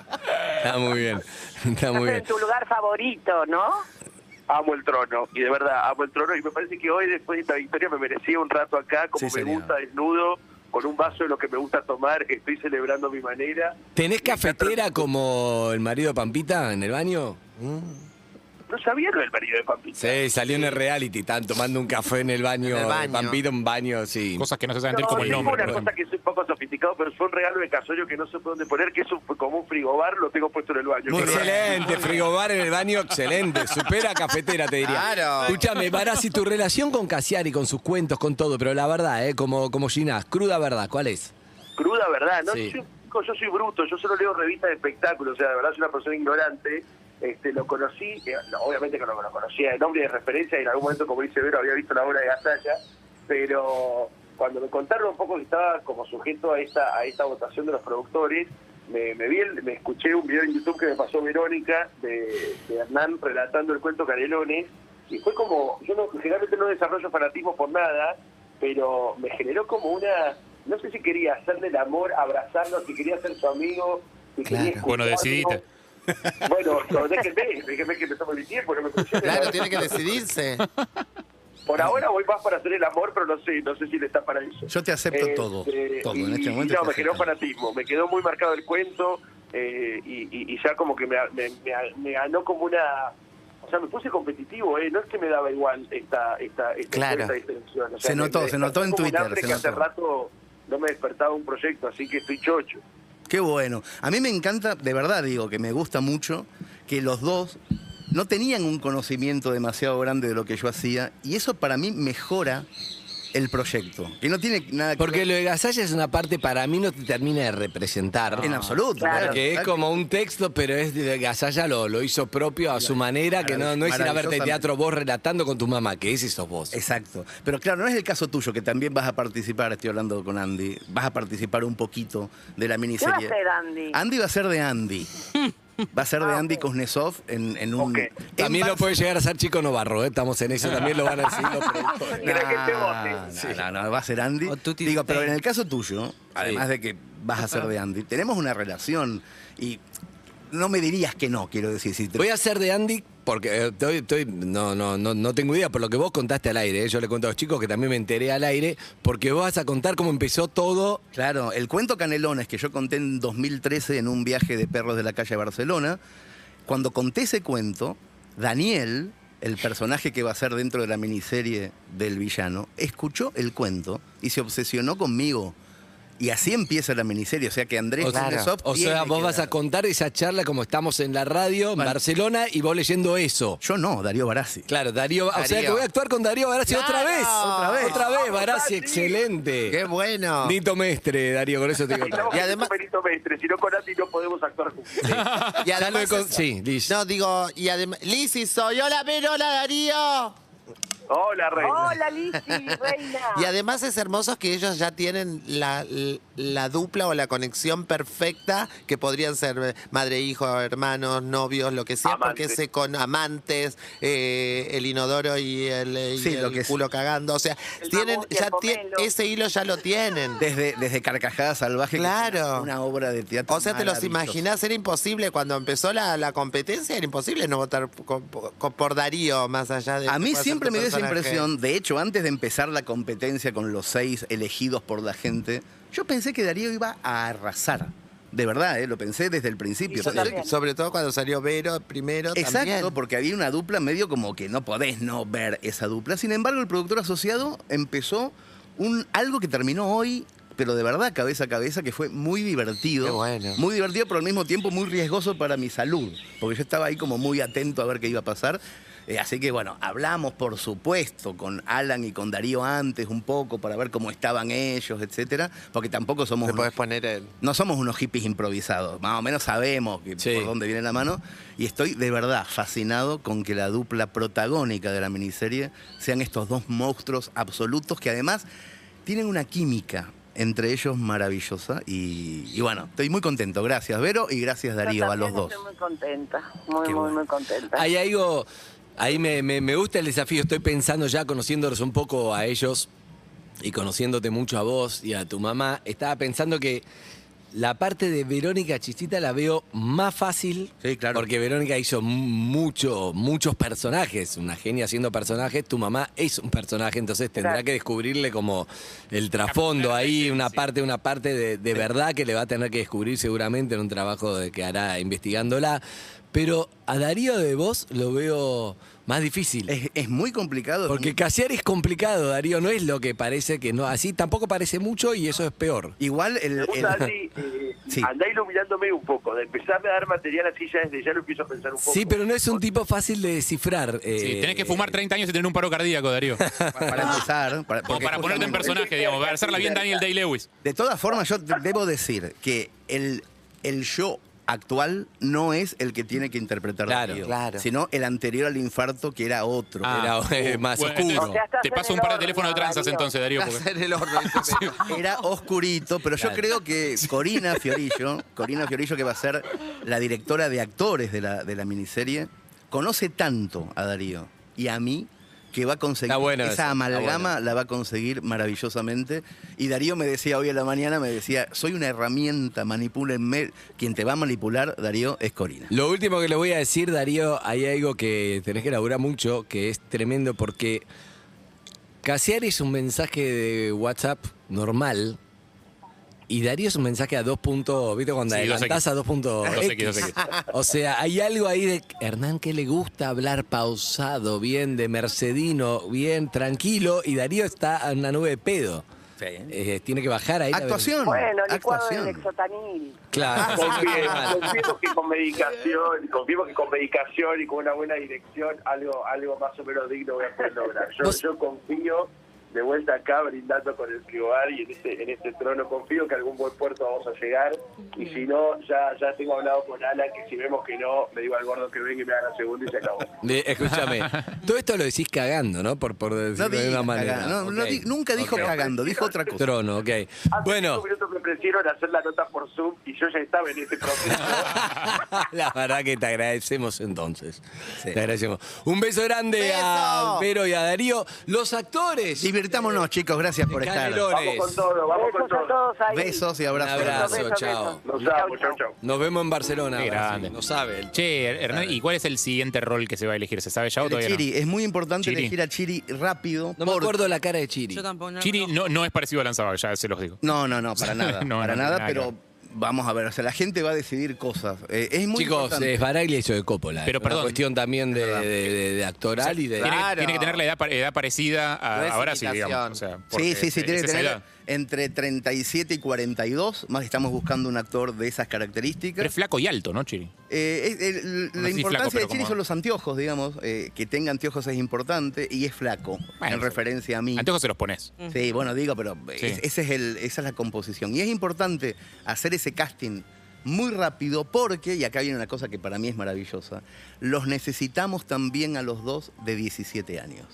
Speaker 6: Está muy bien. Está muy
Speaker 1: Estás
Speaker 6: bien.
Speaker 1: en tu lugar favorito, ¿no?
Speaker 10: amo el trono, y de verdad, amo el trono, y me parece que hoy, después de esta victoria, me merecía un rato acá, como
Speaker 5: Sí,
Speaker 10: me
Speaker 5: señor.
Speaker 10: gusta, desnudo, con un vaso de lo que me gusta tomar, estoy celebrando mi manera.
Speaker 6: ¿Tenés cafetera como el marido de Pampita en el baño?
Speaker 10: No sabía lo del marido de Pampita.
Speaker 6: Sí, salió en el reality, estaban tomando un café en el baño,
Speaker 9: En el baño.
Speaker 6: Pampito, un baño, sí.
Speaker 7: Cosas que no se saben de él
Speaker 10: No,
Speaker 7: como el
Speaker 10: tengo
Speaker 7: nombre. pues.
Speaker 10: una
Speaker 7: por
Speaker 10: cosa
Speaker 7: ejemplo.
Speaker 10: que es un poco sofisticado, pero fue un regalo de casollo que no sé por dónde poner, que es un- como un frigobar, lo tengo puesto en el baño. Pero-
Speaker 6: excelente, frigobar en el baño, excelente. Supera cafetera, te diría.
Speaker 9: Claro.
Speaker 6: Escúchame, Barassi, tu relación con Cassiari, con sus cuentos, con todo, pero la verdad, ¿eh? como, como Ginás, cruda verdad, ¿cuál es?
Speaker 10: cruda verdad, ¿no?
Speaker 6: Sí.
Speaker 10: Yo, soy- yo soy bruto, yo solo leo revistas de espectáculos, o sea, de verdad soy una persona ignorante. Este, lo conocí, eh, no, obviamente que no lo conocía el nombre de referencia, y en algún momento, como dice Vero, había visto la obra de Gasalla, pero cuando me contaron un poco que estaba como sujeto a esta, a esta votación de los productores, me, me vi, el- me escuché un video en YouTube que me pasó Verónica de, de Hernán relatando el cuento Canelones, y fue como, yo no, generalmente no desarrollo fanatismo por nada, pero me generó como una, no sé si quería hacerle el amor, abrazarlo, si quería ser su amigo, si quería escucharlo.
Speaker 7: Bueno, decidite.
Speaker 10: Bueno, no, déjenme, déjenme que empezamos mi tiempo, no me presionen.
Speaker 9: Claro, tiene que decidirse.
Speaker 10: Por ahora voy más para hacer el amor, pero no sé, no sé si le está para eso.
Speaker 5: Yo te acepto
Speaker 10: Este,
Speaker 5: todo, todo, en
Speaker 10: y-
Speaker 5: este momento
Speaker 10: y No,
Speaker 5: te
Speaker 10: me quedó
Speaker 5: acepto.
Speaker 10: fanatismo, me quedó muy marcado el cuento eh, y, y- y ya como que me, me- me- me ganó como una... O sea, me puse competitivo, ¿eh? No es que me daba igual esta, esta, esta,
Speaker 9: Claro.
Speaker 10: esta selección. O
Speaker 5: Se notó,
Speaker 10: me-
Speaker 5: se
Speaker 10: me
Speaker 5: notó en
Speaker 10: despertó como un
Speaker 5: Twitter,
Speaker 10: hambre
Speaker 5: se
Speaker 10: que hace
Speaker 5: notó.
Speaker 10: rato no me despertaba un proyecto, así que estoy chocho.
Speaker 5: Qué bueno. A mí me encanta, de verdad digo, que me gusta mucho que los dos no tenían un conocimiento demasiado grande de lo que yo hacía y eso para mí mejora el proyecto. Que no tiene nada que
Speaker 6: Porque
Speaker 5: ver
Speaker 6: lo de Gasalla es una parte para mí no te termina de representar.
Speaker 5: en absoluto.
Speaker 1: Claro.
Speaker 6: Porque es como un texto, pero es de Gasalla lo, lo hizo propio a su manera, que no, no es ir a verte
Speaker 5: Maravillosamente.
Speaker 6: teatro vos relatando con tu mamá, que ese sos vos.
Speaker 5: Exacto. Pero claro, no es el caso tuyo, que también vas a participar, estoy hablando con Andy, vas a participar un poquito de la
Speaker 1: ¿Qué va a
Speaker 5: miniserie.
Speaker 1: hacer Andy? Ah,
Speaker 5: Andy va a ser de Andy. Va a ser de Andy Kuznetsov en, en un...
Speaker 10: Ok.
Speaker 5: en
Speaker 6: También lo
Speaker 5: Bar-
Speaker 6: puede llegar a ser Chico Novarro, ¿eh? estamos en eso, también lo van a decir los productores.
Speaker 10: Mira que te
Speaker 5: No,
Speaker 10: vote.
Speaker 5: no, no, no, va a ser Andy.
Speaker 6: Oh,
Speaker 8: O Tutti
Speaker 5: Digo,
Speaker 8: Tutti.
Speaker 5: pero en el caso tuyo, además de que vas a ser de Andy, tenemos una relación y no me dirías que no, quiero decir. Si te-
Speaker 6: Voy a hacer de Andy porque eh, estoy, estoy- no, no, no, no tengo idea por lo que vos contaste al aire. ¿eh? Yo le cuento a los chicos que también me enteré al aire porque vos vas a contar cómo empezó todo.
Speaker 5: Claro, el cuento Canelones que yo conté en 2013 en un viaje de perros de la calle a Barcelona, cuando conté ese cuento, Daniel, el personaje que va a ser dentro de la miniserie del villano, escuchó el cuento y se obsesionó conmigo. Y así empieza la miniserie, o sea que Andrés
Speaker 6: O, sea,
Speaker 5: Kuznetsov
Speaker 6: o sea,
Speaker 5: tiene
Speaker 6: vos
Speaker 5: que
Speaker 6: vas
Speaker 5: dar.
Speaker 6: a contar esa charla como estamos en la radio en
Speaker 5: Bueno.
Speaker 6: Barcelona y vos leyendo eso.
Speaker 5: Yo no, Darío Barassi.
Speaker 6: Claro, Darío, o sea
Speaker 9: Darío.
Speaker 6: que voy a actuar con Darío Barassi otra
Speaker 9: Claro.
Speaker 6: vez.
Speaker 9: Otra
Speaker 6: vez. Otra vez,
Speaker 10: Vamos,
Speaker 6: Barassi,
Speaker 10: Santi.
Speaker 6: excelente.
Speaker 9: Qué bueno.
Speaker 6: Nito Mestre, Darío, con eso te digo. todo.
Speaker 10: Estamos
Speaker 9: Y
Speaker 10: con
Speaker 9: además-
Speaker 10: Benito Mestre, si no con Andy no podemos actuar juntos.
Speaker 9: Y
Speaker 6: Ya lo he
Speaker 9: además
Speaker 6: con-
Speaker 9: es-
Speaker 6: Sí, Liz.
Speaker 9: No, digo, y además. Lizzy soy. Hola, Vero, hola, Darío.
Speaker 10: Hola, Reina.
Speaker 1: Hola, Lizzy, reina.
Speaker 9: Y además es hermoso que ellos ya tienen la, la dupla o la conexión perfecta que podrían ser eh, madre, hijo, hermanos, novios, lo que sea, porque
Speaker 10: Amantes.
Speaker 9: se con amantes, eh, el inodoro y el, y
Speaker 5: Sí, lo
Speaker 9: el
Speaker 5: que es.
Speaker 9: culo cagando. O sea,
Speaker 1: El
Speaker 9: tienen,
Speaker 1: mamut y el
Speaker 9: ya tie-
Speaker 1: pomelo.
Speaker 9: ese hilo ya lo tienen.
Speaker 5: Desde, desde Carcajada Salvaje, que
Speaker 9: Claro.
Speaker 5: es una obra de teatro.
Speaker 9: O sea, te los
Speaker 5: maravillosa.
Speaker 9: imaginás, era imposible cuando empezó la, la competencia, era imposible no votar co- co- por Darío más allá de...
Speaker 5: A
Speaker 9: que
Speaker 5: mí
Speaker 9: pueda ser
Speaker 5: siempre
Speaker 9: tu
Speaker 5: me dio esa
Speaker 9: personaje.
Speaker 5: impresión, de hecho, antes de empezar la competencia con los seis elegidos por la gente, yo pensé que Darío iba a arrasar. De verdad, ¿eh? lo pensé desde el principio.
Speaker 1: Y yo
Speaker 5: Pensé
Speaker 1: también.
Speaker 9: Sobre todo cuando salió Vero primero.
Speaker 5: Exacto,
Speaker 9: también.
Speaker 5: porque había una dupla medio como que no podés no ver esa dupla. Sin embargo, el productor asociado empezó un, algo que terminó hoy, pero de verdad cabeza a cabeza, que fue muy divertido.
Speaker 9: Qué bueno.
Speaker 5: Muy divertido, pero al mismo tiempo muy riesgoso para mi salud, porque yo estaba ahí como muy atento a ver qué iba a pasar. Eh, así que bueno, hablamos por supuesto con Alan y con Darío antes un poco para ver cómo estaban ellos, etcétera, porque tampoco somos
Speaker 9: Te
Speaker 5: unos
Speaker 9: podés poner el...
Speaker 5: no somos unos hippies improvisados, más o menos sabemos que-
Speaker 6: Sí.
Speaker 5: por dónde viene la mano. Y estoy de verdad fascinado con que la dupla protagónica de la miniserie sean estos dos monstruos absolutos que además tienen una química entre ellos maravillosa. Y, y bueno, estoy muy contento. Gracias, Vero, y gracias, Darío,
Speaker 1: Yo
Speaker 5: a los
Speaker 1: también
Speaker 5: dos.
Speaker 1: Estoy muy contenta, muy,
Speaker 5: Qué
Speaker 1: muy,
Speaker 5: bueno.
Speaker 1: muy contenta.
Speaker 6: Hay algo, ahí me, me- me gusta el desafío, estoy pensando ya, conociéndolos un poco a ellos y conociéndote mucho a vos y a tu mamá, estaba pensando que la parte de Verónica Chichita la veo más fácil.
Speaker 5: Sí, claro.
Speaker 6: Porque Verónica hizo mu- mucho, muchos personajes, una genia haciendo personajes, tu mamá es un personaje, entonces tendrá
Speaker 1: Claro.
Speaker 6: que descubrirle como el trasfondo
Speaker 7: Captar la
Speaker 6: ahí, una
Speaker 7: esencia.
Speaker 6: parte, una parte de, de verdad que le va a tener que descubrir seguramente en un trabajo de- que hará investigándola. Pero a Darío de vos lo veo más difícil.
Speaker 5: Es, es muy complicado. es
Speaker 6: porque
Speaker 5: muy-
Speaker 6: Casiar es complicado, Darío, no es lo que parece que no. Así tampoco parece mucho y eso es peor.
Speaker 5: Igual el.
Speaker 10: Me
Speaker 5: el-
Speaker 10: gusta, Andy, eh,
Speaker 5: Sí.
Speaker 10: andá iluminándome un poco, de empezarme a dar material así ya desde ya lo empiezo a pensar un poco.
Speaker 6: Sí, pero no es un tipo fácil de descifrar.
Speaker 7: Sí,
Speaker 6: eh,
Speaker 7: tenés que fumar 30 años y tener un paro cardíaco, Darío. Como
Speaker 5: para, para empezar. Para, porque
Speaker 7: para ponerte en
Speaker 5: justamente-
Speaker 7: personaje, digamos, para hacerla bien Daniel Day-Lewis.
Speaker 5: De todas formas, yo te- debo decir que el, el yo actual no es el que tiene que interpretar
Speaker 6: Claro,
Speaker 5: Darío,
Speaker 9: claro.
Speaker 5: sino el anterior al infarto que era otro.
Speaker 6: Ah, Era, eh, más oscuro.
Speaker 1: O sea, estás
Speaker 7: te
Speaker 1: en
Speaker 7: paso un
Speaker 1: el
Speaker 7: par de
Speaker 1: horno,
Speaker 7: teléfonos de tranzas
Speaker 1: Darío.
Speaker 7: entonces, Darío. porque-
Speaker 9: Hacer el horno, dice Pedro.
Speaker 5: Era oscurito, pero yo creo que Corina Fiorillo, Corina Fiorillo, que va a ser la directora de actores de la, de la miniserie, conoce tanto a Darío y a mí que va a conseguir
Speaker 6: Está bueno
Speaker 5: esa
Speaker 6: eso, está
Speaker 5: amalgama,
Speaker 6: bueno.
Speaker 5: la va a conseguir maravillosamente. Y Darío me decía hoy en la mañana, me decía, soy una herramienta, manipúlenme. Quien te va a manipular, Darío, es Corina.
Speaker 6: Lo último que le voy a decir, Darío, hay algo que tenés que laburar mucho, que es tremendo, porque Casiar es un mensaje de WhatsApp normal. Y Darío es un mensaje a dos puntos, ¿viste? Cuando
Speaker 7: Sí, dos
Speaker 6: adelantás
Speaker 7: X.
Speaker 6: a dos puntos.
Speaker 7: Dos X, dos X.
Speaker 6: O sea, hay algo ahí de Hernán que le gusta hablar pausado, bien de Mercedino, bien tranquilo, y Darío está en una nube de pedo. Eh, tiene que bajar ahí. la
Speaker 5: Actuación.
Speaker 1: Bueno, licuado del
Speaker 5: actuación.
Speaker 1: exotanil.
Speaker 6: velocidad. Claro.
Speaker 10: Ah, Confiemos, confiemos que con medicación, confiemos que con medicación y con una buena dirección algo algo más o menos digno voy a poder lograr. Yo,
Speaker 6: Vos-
Speaker 10: yo confío de vuelta acá brindando con el frigobar y en este, en este trono confío que a algún buen puerto vamos a llegar y si no, ya, ya tengo hablado con Ala que si vemos que no, me digo al gordo que venga y me haga la segunda y se acabó.
Speaker 6: De- escúchame, todo esto lo decís cagando, ¿no? Por, por
Speaker 5: No
Speaker 6: decirlo de
Speaker 5: digas
Speaker 6: una manera.
Speaker 5: cagando, no, no
Speaker 6: Ok,
Speaker 5: di- nunca dijo
Speaker 6: ok.
Speaker 5: cagando, dijo otra cosa.
Speaker 6: Trono, ok.
Speaker 10: Hace
Speaker 6: Bueno,
Speaker 10: cinco minutos me ofrecieron hacer la nota por Zoom y yo ya estaba en este proceso.
Speaker 6: la verdad que te agradecemos entonces. Te agradecemos. Un beso grande a
Speaker 9: Beso.
Speaker 6: Vero y a Darío. Los actores.
Speaker 5: Divirtámonos, chicos. Gracias por estar.
Speaker 10: Vamos
Speaker 6: Canelones.
Speaker 10: con todo, vamos con
Speaker 1: Besos a
Speaker 10: todo.
Speaker 1: todos ahí.
Speaker 5: Besos y
Speaker 6: Un
Speaker 5: abrazos.
Speaker 6: abrazo,
Speaker 1: Besos,
Speaker 6: chao.
Speaker 10: Los amo, chau, chau.
Speaker 6: Nos vemos en Barcelona.
Speaker 7: Qué
Speaker 6: Brasil.
Speaker 7: grande.
Speaker 6: No sabe. el ch-
Speaker 7: Che, Hernán, ¿y cuál es el siguiente rol que se va a elegir? ¿Se sabe ya o
Speaker 5: El de
Speaker 7: todavía
Speaker 5: Chiri, es muy importante
Speaker 7: Chiri.
Speaker 5: elegir a Chiri rápido.
Speaker 6: No me
Speaker 5: porque-
Speaker 6: acuerdo la cara de Chiri.
Speaker 8: Yo tampoco.
Speaker 7: no? Chiri no, no es parecido a Lanzabag, ya se los digo.
Speaker 5: No, no, no, para nada.
Speaker 7: No,
Speaker 5: para
Speaker 7: no,
Speaker 5: nada,
Speaker 7: nada.
Speaker 5: pero vamos a ver. O sea, la gente va a decidir cosas. Eh, es muy
Speaker 6: Chicos,
Speaker 5: importante.
Speaker 6: es Baraglia y yo de Coppola.
Speaker 7: Pero,
Speaker 6: Una
Speaker 7: perdón.
Speaker 6: cuestión también de, de- de- de actoral y de.
Speaker 7: Tiene, que- tiene que tener la edad, pa- edad parecida
Speaker 9: No
Speaker 7: a,
Speaker 9: es
Speaker 7: a Brasil, Ah, digamos.
Speaker 9: imitación.
Speaker 7: o sea,
Speaker 5: Sí,
Speaker 7: porque
Speaker 5: sí, sí,
Speaker 7: es
Speaker 5: tiene que
Speaker 7: esa
Speaker 5: tener
Speaker 7: edad.
Speaker 5: entre 37 y 42, más estamos buscando un actor de esas características.
Speaker 7: Pero es flaco y alto, ¿no, Chiri?
Speaker 5: Eh, es- el-
Speaker 7: No
Speaker 5: la
Speaker 7: sé si
Speaker 5: importancia
Speaker 7: flaco, pero
Speaker 5: de Chiri
Speaker 7: como-
Speaker 5: son los anteojos, digamos. eh, que tenga anteojos es importante y es flaco,
Speaker 7: Bueno,
Speaker 5: en
Speaker 7: sí.
Speaker 5: referencia a mí.
Speaker 7: Anteojos se los pones.
Speaker 5: Sí, bueno, digo, pero
Speaker 7: Sí.
Speaker 5: es- ese es el, esa es la composición. Y es importante hacer ese casting muy rápido porque, y acá viene una cosa que para mí es maravillosa, los necesitamos también a los dos de 17 años.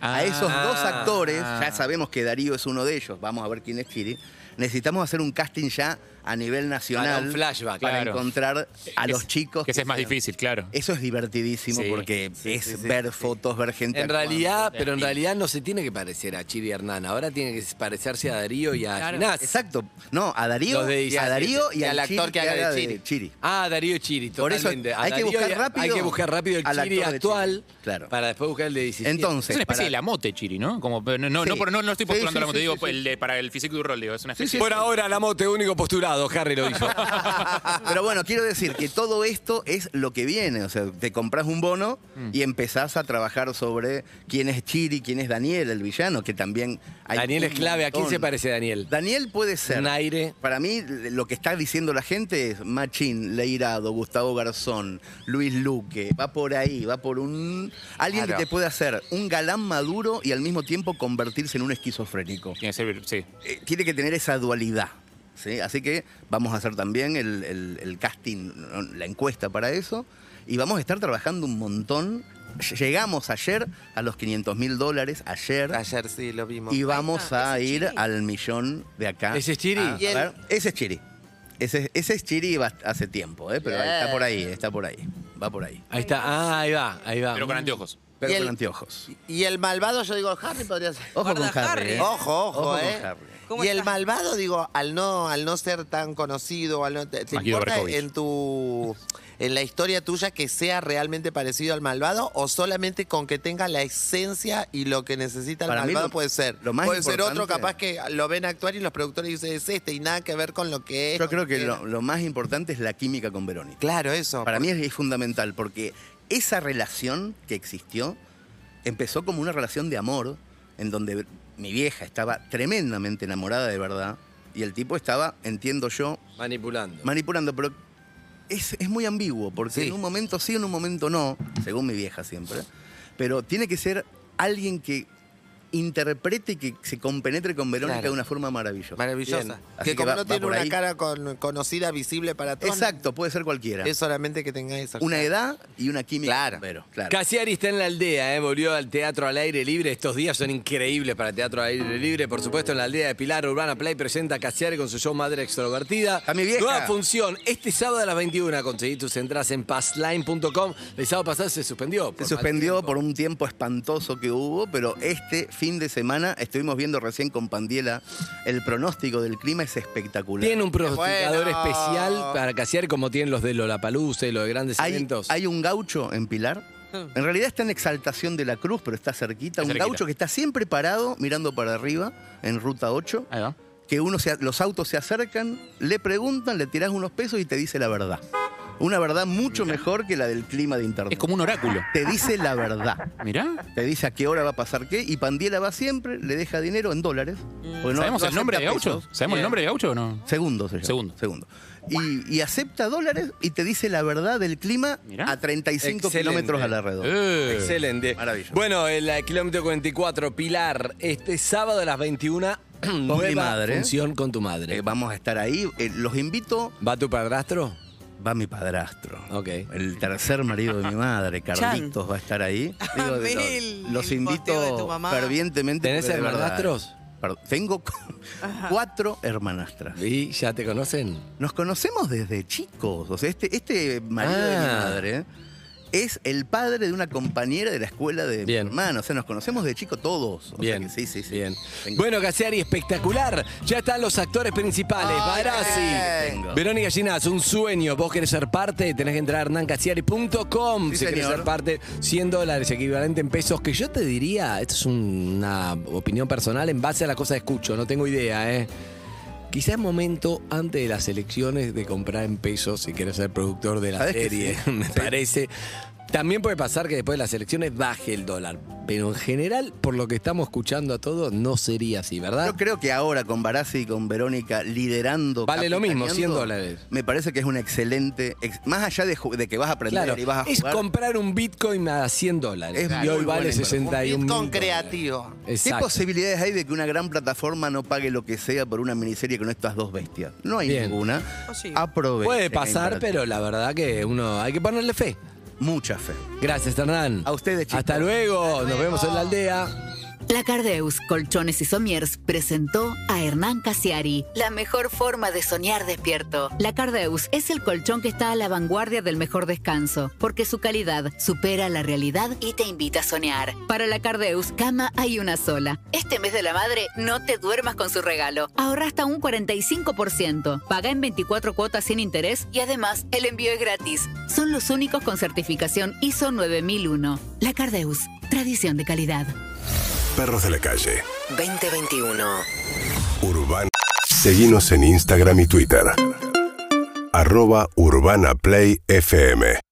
Speaker 5: a esos
Speaker 6: Ah.
Speaker 5: dos actores, ya sabemos que Darío es uno de ellos, vamos a ver quién es Chiri, necesitamos hacer un casting ya a nivel nacional.
Speaker 6: Para un flashback.
Speaker 5: para
Speaker 6: Claro.
Speaker 5: encontrar a
Speaker 7: Es-
Speaker 5: los chicos.
Speaker 7: que ese es más
Speaker 5: sean.
Speaker 7: difícil, claro.
Speaker 5: Eso es divertidísimo
Speaker 7: Sí.
Speaker 5: porque es
Speaker 6: sí, sí.
Speaker 5: ver fotos, ver gente.
Speaker 6: En
Speaker 5: actuando.
Speaker 6: realidad, pero en realidad no se tiene que parecer a Chiri Hernán. Ahora tiene que parecerse a Darío y a
Speaker 8: Claro.
Speaker 6: Ginás.
Speaker 5: Exacto. No, a Darío,
Speaker 6: Los de
Speaker 5: y a Darío y
Speaker 9: y
Speaker 5: al
Speaker 9: al actor
Speaker 5: Chiri
Speaker 9: que haga de
Speaker 5: de
Speaker 9: Chiri.
Speaker 5: Chiri.
Speaker 6: Ah, Darío y Chiri,
Speaker 5: Por eso
Speaker 6: totalmente. A
Speaker 5: hay que
Speaker 6: Darío
Speaker 5: buscar
Speaker 6: y a-
Speaker 5: rápido
Speaker 6: Hay que buscar rápido el
Speaker 5: al
Speaker 6: Chiri
Speaker 5: actor de
Speaker 6: actual
Speaker 5: Chiri, claro.
Speaker 6: para después buscar el de 17.
Speaker 5: Entonces,
Speaker 7: Es una especie
Speaker 5: para-
Speaker 7: de la mote, Chiri, ¿no? Como, pero no, no,
Speaker 5: Sí.
Speaker 7: no, por- no, no estoy
Speaker 5: Sí,
Speaker 7: postulando
Speaker 5: sí,
Speaker 7: la mote,
Speaker 5: sí,
Speaker 7: digo, pues,
Speaker 5: sí, sí.
Speaker 7: el de- para el físico du rol, digo, es una especie
Speaker 6: Por ahora, la mote, único postulado, Harry lo hizo.
Speaker 5: Pero bueno, quiero decir que todo esto es lo que viene. O sea, te compras un bono y empezás a trabajar sobre quién es Chiri, quién es Daniel, el villano, que también hay
Speaker 6: Daniel
Speaker 5: un
Speaker 6: es clave. ¿A quién
Speaker 5: montón.
Speaker 6: se parece Daniel?
Speaker 5: Daniel puede ser.
Speaker 6: Un aire.
Speaker 5: Para mí, lo que está diciendo la gente es Machín, Leirado, Gustavo Garzón, Luis Luque. Va por ahí, va por un. Alguien
Speaker 9: Claro.
Speaker 5: que te puede hacer un galán maduro y al mismo tiempo convertirse en un esquizofrénico.
Speaker 7: Tiene que ser, sí.
Speaker 5: Eh, tiene que tener esa dualidad. ¿sí? Así que vamos a hacer también el, el- el casting, ¿no? la encuesta para eso. Y vamos a estar trabajando un montón. Llegamos ayer a los 500 mil dólares, ayer.
Speaker 9: Ayer sí lo vimos.
Speaker 5: Y vamos
Speaker 8: Ah,
Speaker 5: a
Speaker 8: ese es
Speaker 5: ir
Speaker 8: Chiri.
Speaker 5: al millón de acá.
Speaker 6: ¿Ese es Chiri?
Speaker 5: Ah, a
Speaker 9: Y el-
Speaker 5: ver, ese es Chiri. Ese, ese es Chiri va- hace tiempo, ¿eh? pero
Speaker 9: Bien.
Speaker 5: está por ahí, está por ahí. Va por ahí.
Speaker 6: Ahí está. Ah, ahí va, ahí va.
Speaker 7: Pero
Speaker 5: Mm.
Speaker 7: con anteojos.
Speaker 5: Pero
Speaker 9: Y
Speaker 5: con
Speaker 9: el-
Speaker 5: anteojos.
Speaker 9: Y el malvado, yo digo, Harry podría ser.
Speaker 5: Ojo con
Speaker 8: Guarda,
Speaker 5: Harry.
Speaker 8: Harry.
Speaker 5: ¿eh?
Speaker 9: Ojo, ojo,
Speaker 5: Ojo con
Speaker 9: eh.
Speaker 5: Harry.
Speaker 8: ¿Cómo
Speaker 9: Y el
Speaker 8: estás?
Speaker 9: malvado, digo, al no, al no ser tan conocido, al no, te, te
Speaker 7: Maquido
Speaker 9: importa
Speaker 7: Berkovich.
Speaker 9: en tu en la historia tuya que sea realmente parecido al malvado o solamente con que tenga la esencia y lo que necesita el
Speaker 5: Para mí
Speaker 9: malvado
Speaker 5: lo-
Speaker 9: puede ser.
Speaker 5: lo más
Speaker 9: puede ser
Speaker 5: importante-
Speaker 9: otro capaz que lo ven actuar y los productores dicen es este y nada que ver con lo que es.
Speaker 5: Yo
Speaker 9: con
Speaker 5: creo que
Speaker 9: era.
Speaker 5: lo, lo más importante es la química con Verónica.
Speaker 9: Claro, eso.
Speaker 5: Para mí es, es fundamental porque esa relación que existió empezó como una relación de amor en donde mi vieja estaba tremendamente enamorada de verdad y el tipo estaba, entiendo yo,
Speaker 6: Manipulando.
Speaker 5: manipulando, pero es, es muy ambiguo, porque
Speaker 6: Sí.
Speaker 5: en un momento sí, en un momento no, según mi vieja siempre, pero tiene que ser alguien que interprete y que se compenetre con Verónica
Speaker 9: Claro.
Speaker 5: de una forma maravillosa.
Speaker 9: Maravillosa.
Speaker 5: Bien.
Speaker 9: Que
Speaker 5: Así
Speaker 9: como
Speaker 5: va-
Speaker 9: no
Speaker 5: va
Speaker 9: tiene
Speaker 5: por
Speaker 9: una
Speaker 5: ahí.
Speaker 9: cara con- conocida, visible para todos.
Speaker 5: Exacto, puede ser cualquiera.
Speaker 9: Es solamente que tenga eso.
Speaker 5: una edad y una química.
Speaker 9: Claro.
Speaker 5: Pero, claro.
Speaker 6: Casiari está en la aldea, ¿eh? volvió al teatro al aire libre. Estos días son increíbles para teatro al aire libre. Por supuesto, en la aldea de Pilar Urbana Play presenta a Casiari con su show Madre Extrovertida.
Speaker 5: A mi vieja.
Speaker 6: Nueva función. Este sábado a las 21 conseguí tus entradas en passline.com. El sábado pasado se suspendió. por
Speaker 5: Se
Speaker 6: mal
Speaker 5: suspendió
Speaker 6: tiempo.
Speaker 5: por un tiempo espantoso que hubo, pero este fin de semana estuvimos viendo recién con Pandiela el pronóstico del clima es espectacular.
Speaker 6: Tiene un pronosticador
Speaker 9: Bueno.
Speaker 6: especial para Casiari, como tienen los de Lollapalooza y los de grandes
Speaker 5: hay,
Speaker 6: eventos.
Speaker 5: hay un gaucho en Pilar.
Speaker 8: Mm.
Speaker 5: En realidad está en Exaltación de la Cruz, pero está cerquita.
Speaker 7: Está
Speaker 5: un
Speaker 7: cerquita.
Speaker 5: gaucho que está siempre parado, mirando para arriba, en ruta 8.
Speaker 7: Ahí va.
Speaker 5: Que uno se- los autos se acercan, le preguntan, le tirás unos pesos y te dice la verdad. Una verdad mucho mejor que la del clima de internet.
Speaker 7: Es como un oráculo.
Speaker 5: Te dice la verdad.
Speaker 7: Mirá.
Speaker 5: Te dice a qué hora va a pasar qué. Y Pandiela va siempre, le deja dinero en dólares. porque no-
Speaker 7: Mm. ¿Sabemos
Speaker 5: no
Speaker 7: el nombre de
Speaker 5: acepta
Speaker 7: Gaucho?
Speaker 5: pesos.
Speaker 7: ¿Sabemos el nombre de Gaucho o no?
Speaker 5: Segundo, se llama.
Speaker 7: Segundo.
Speaker 5: Segundo. Y, y acepta dólares y te dice la verdad del clima
Speaker 7: Mirá.
Speaker 5: a 35
Speaker 6: Excelente.
Speaker 5: kilómetros a la redonda.
Speaker 7: Eh.
Speaker 6: Excelente.
Speaker 5: Maravilloso.
Speaker 6: Bueno, el eh, kilómetro 44, Pilar, este sábado a las 21, nueva
Speaker 5: mi madre.
Speaker 6: función con tu madre.
Speaker 5: Eh, vamos a estar ahí. Eh, los invito.
Speaker 6: ¿Va tu padrastro?
Speaker 5: Va mi padrastro.
Speaker 6: Ok.
Speaker 5: El tercer marido de mi madre, Carlitos, va a estar ahí. Digo,
Speaker 8: Amé
Speaker 5: lo-
Speaker 8: el-
Speaker 5: los
Speaker 8: el posteo de tu
Speaker 5: invito
Speaker 8: mamá.
Speaker 5: fervientemente.
Speaker 6: ¿Tenés
Speaker 5: porque de verdad-
Speaker 6: hermanastros?
Speaker 5: Perdón, tengo cu- cuatro hermanastras.
Speaker 6: ¿Y ya te conocen?
Speaker 5: Nos conocemos desde chicos. O sea, este, este marido de mi
Speaker 6: Ah.
Speaker 5: madre es el padre de una compañera de la escuela de
Speaker 6: Bien.
Speaker 5: mi hermano. O sea, nos conocemos de chicos todos. O sea
Speaker 6: Bien.
Speaker 5: que sí, sí, sí.
Speaker 6: Bien.
Speaker 5: Tengo-
Speaker 6: Bueno, Casiari, espectacular. Ya están los actores principales. Barassi,
Speaker 5: tengo.
Speaker 6: Verónica Ginás, un sueño. Vos querés ser parte, tenés que entrar a hernancasiari.com.
Speaker 5: Sí,
Speaker 6: si querés
Speaker 5: señor.
Speaker 6: ser parte, 100 dólares, equivalente en pesos. Que yo te diría, esto es una opinión personal en base a la cosa que escucho, no tengo idea, ¿eh? Quizá es momento antes de las elecciones de comprar en pesos si querés ser productor de la
Speaker 5: ¿Sabés que
Speaker 6: serie,
Speaker 5: sí?
Speaker 6: me
Speaker 5: Sí.
Speaker 6: parece. También puede pasar que después de las elecciones baje el dólar, pero en general, por lo que estamos escuchando a todos, no sería así, ¿verdad?
Speaker 5: Yo creo que ahora con Barassi y con Verónica liderando.
Speaker 6: Vale lo mismo, 100
Speaker 5: capitaneando,
Speaker 6: dólares.
Speaker 5: Me parece que es una excelente. ex- Más allá de, ju- de que vas a aprender
Speaker 6: Claro,
Speaker 5: y vas a
Speaker 6: es
Speaker 5: jugar.
Speaker 6: comprar un Bitcoin a 100 dólares
Speaker 5: Es
Speaker 6: y
Speaker 5: muy
Speaker 6: hoy vale
Speaker 5: buena inversión.
Speaker 6: 61 mil
Speaker 9: con
Speaker 6: dólares.
Speaker 9: creativo.
Speaker 5: ¿Qué
Speaker 6: Exacto.
Speaker 5: posibilidades hay de que una gran plataforma no pague lo que sea por una miniserie con estas dos bestias? No hay
Speaker 6: Bien.
Speaker 5: ninguna.
Speaker 8: Oh, sí.
Speaker 5: Aprovecha.
Speaker 6: Puede
Speaker 5: que
Speaker 6: pasar,
Speaker 5: hay
Speaker 6: pero la verdad que uno hay que ponerle fe.
Speaker 5: para- Mucha fe.
Speaker 6: Gracias, Hernán.
Speaker 5: A ustedes, chicos.
Speaker 6: Hasta luego. Nos vemos en la aldea.
Speaker 2: La Cardeus Colchones y Somiers presentó a Hernán Casiari, la mejor forma de soñar despierto. La Cardeus es el colchón que está a la vanguardia del mejor descanso, porque su calidad supera la realidad y te invita a soñar. Para la Cardeus, cama hay una sola. Este mes de la madre, no te duermas con su regalo. Ahorra hasta un 45%. Paga en 24 cuotas sin interés y además el envío es gratis. Son los únicos con certificación ISO 9001. La Cardeus, tradición de calidad.
Speaker 11: Perros de la calle.
Speaker 12: 2021.
Speaker 11: Urbana. Seguinos en Instagram y Twitter. Arroba Urbana Play FM.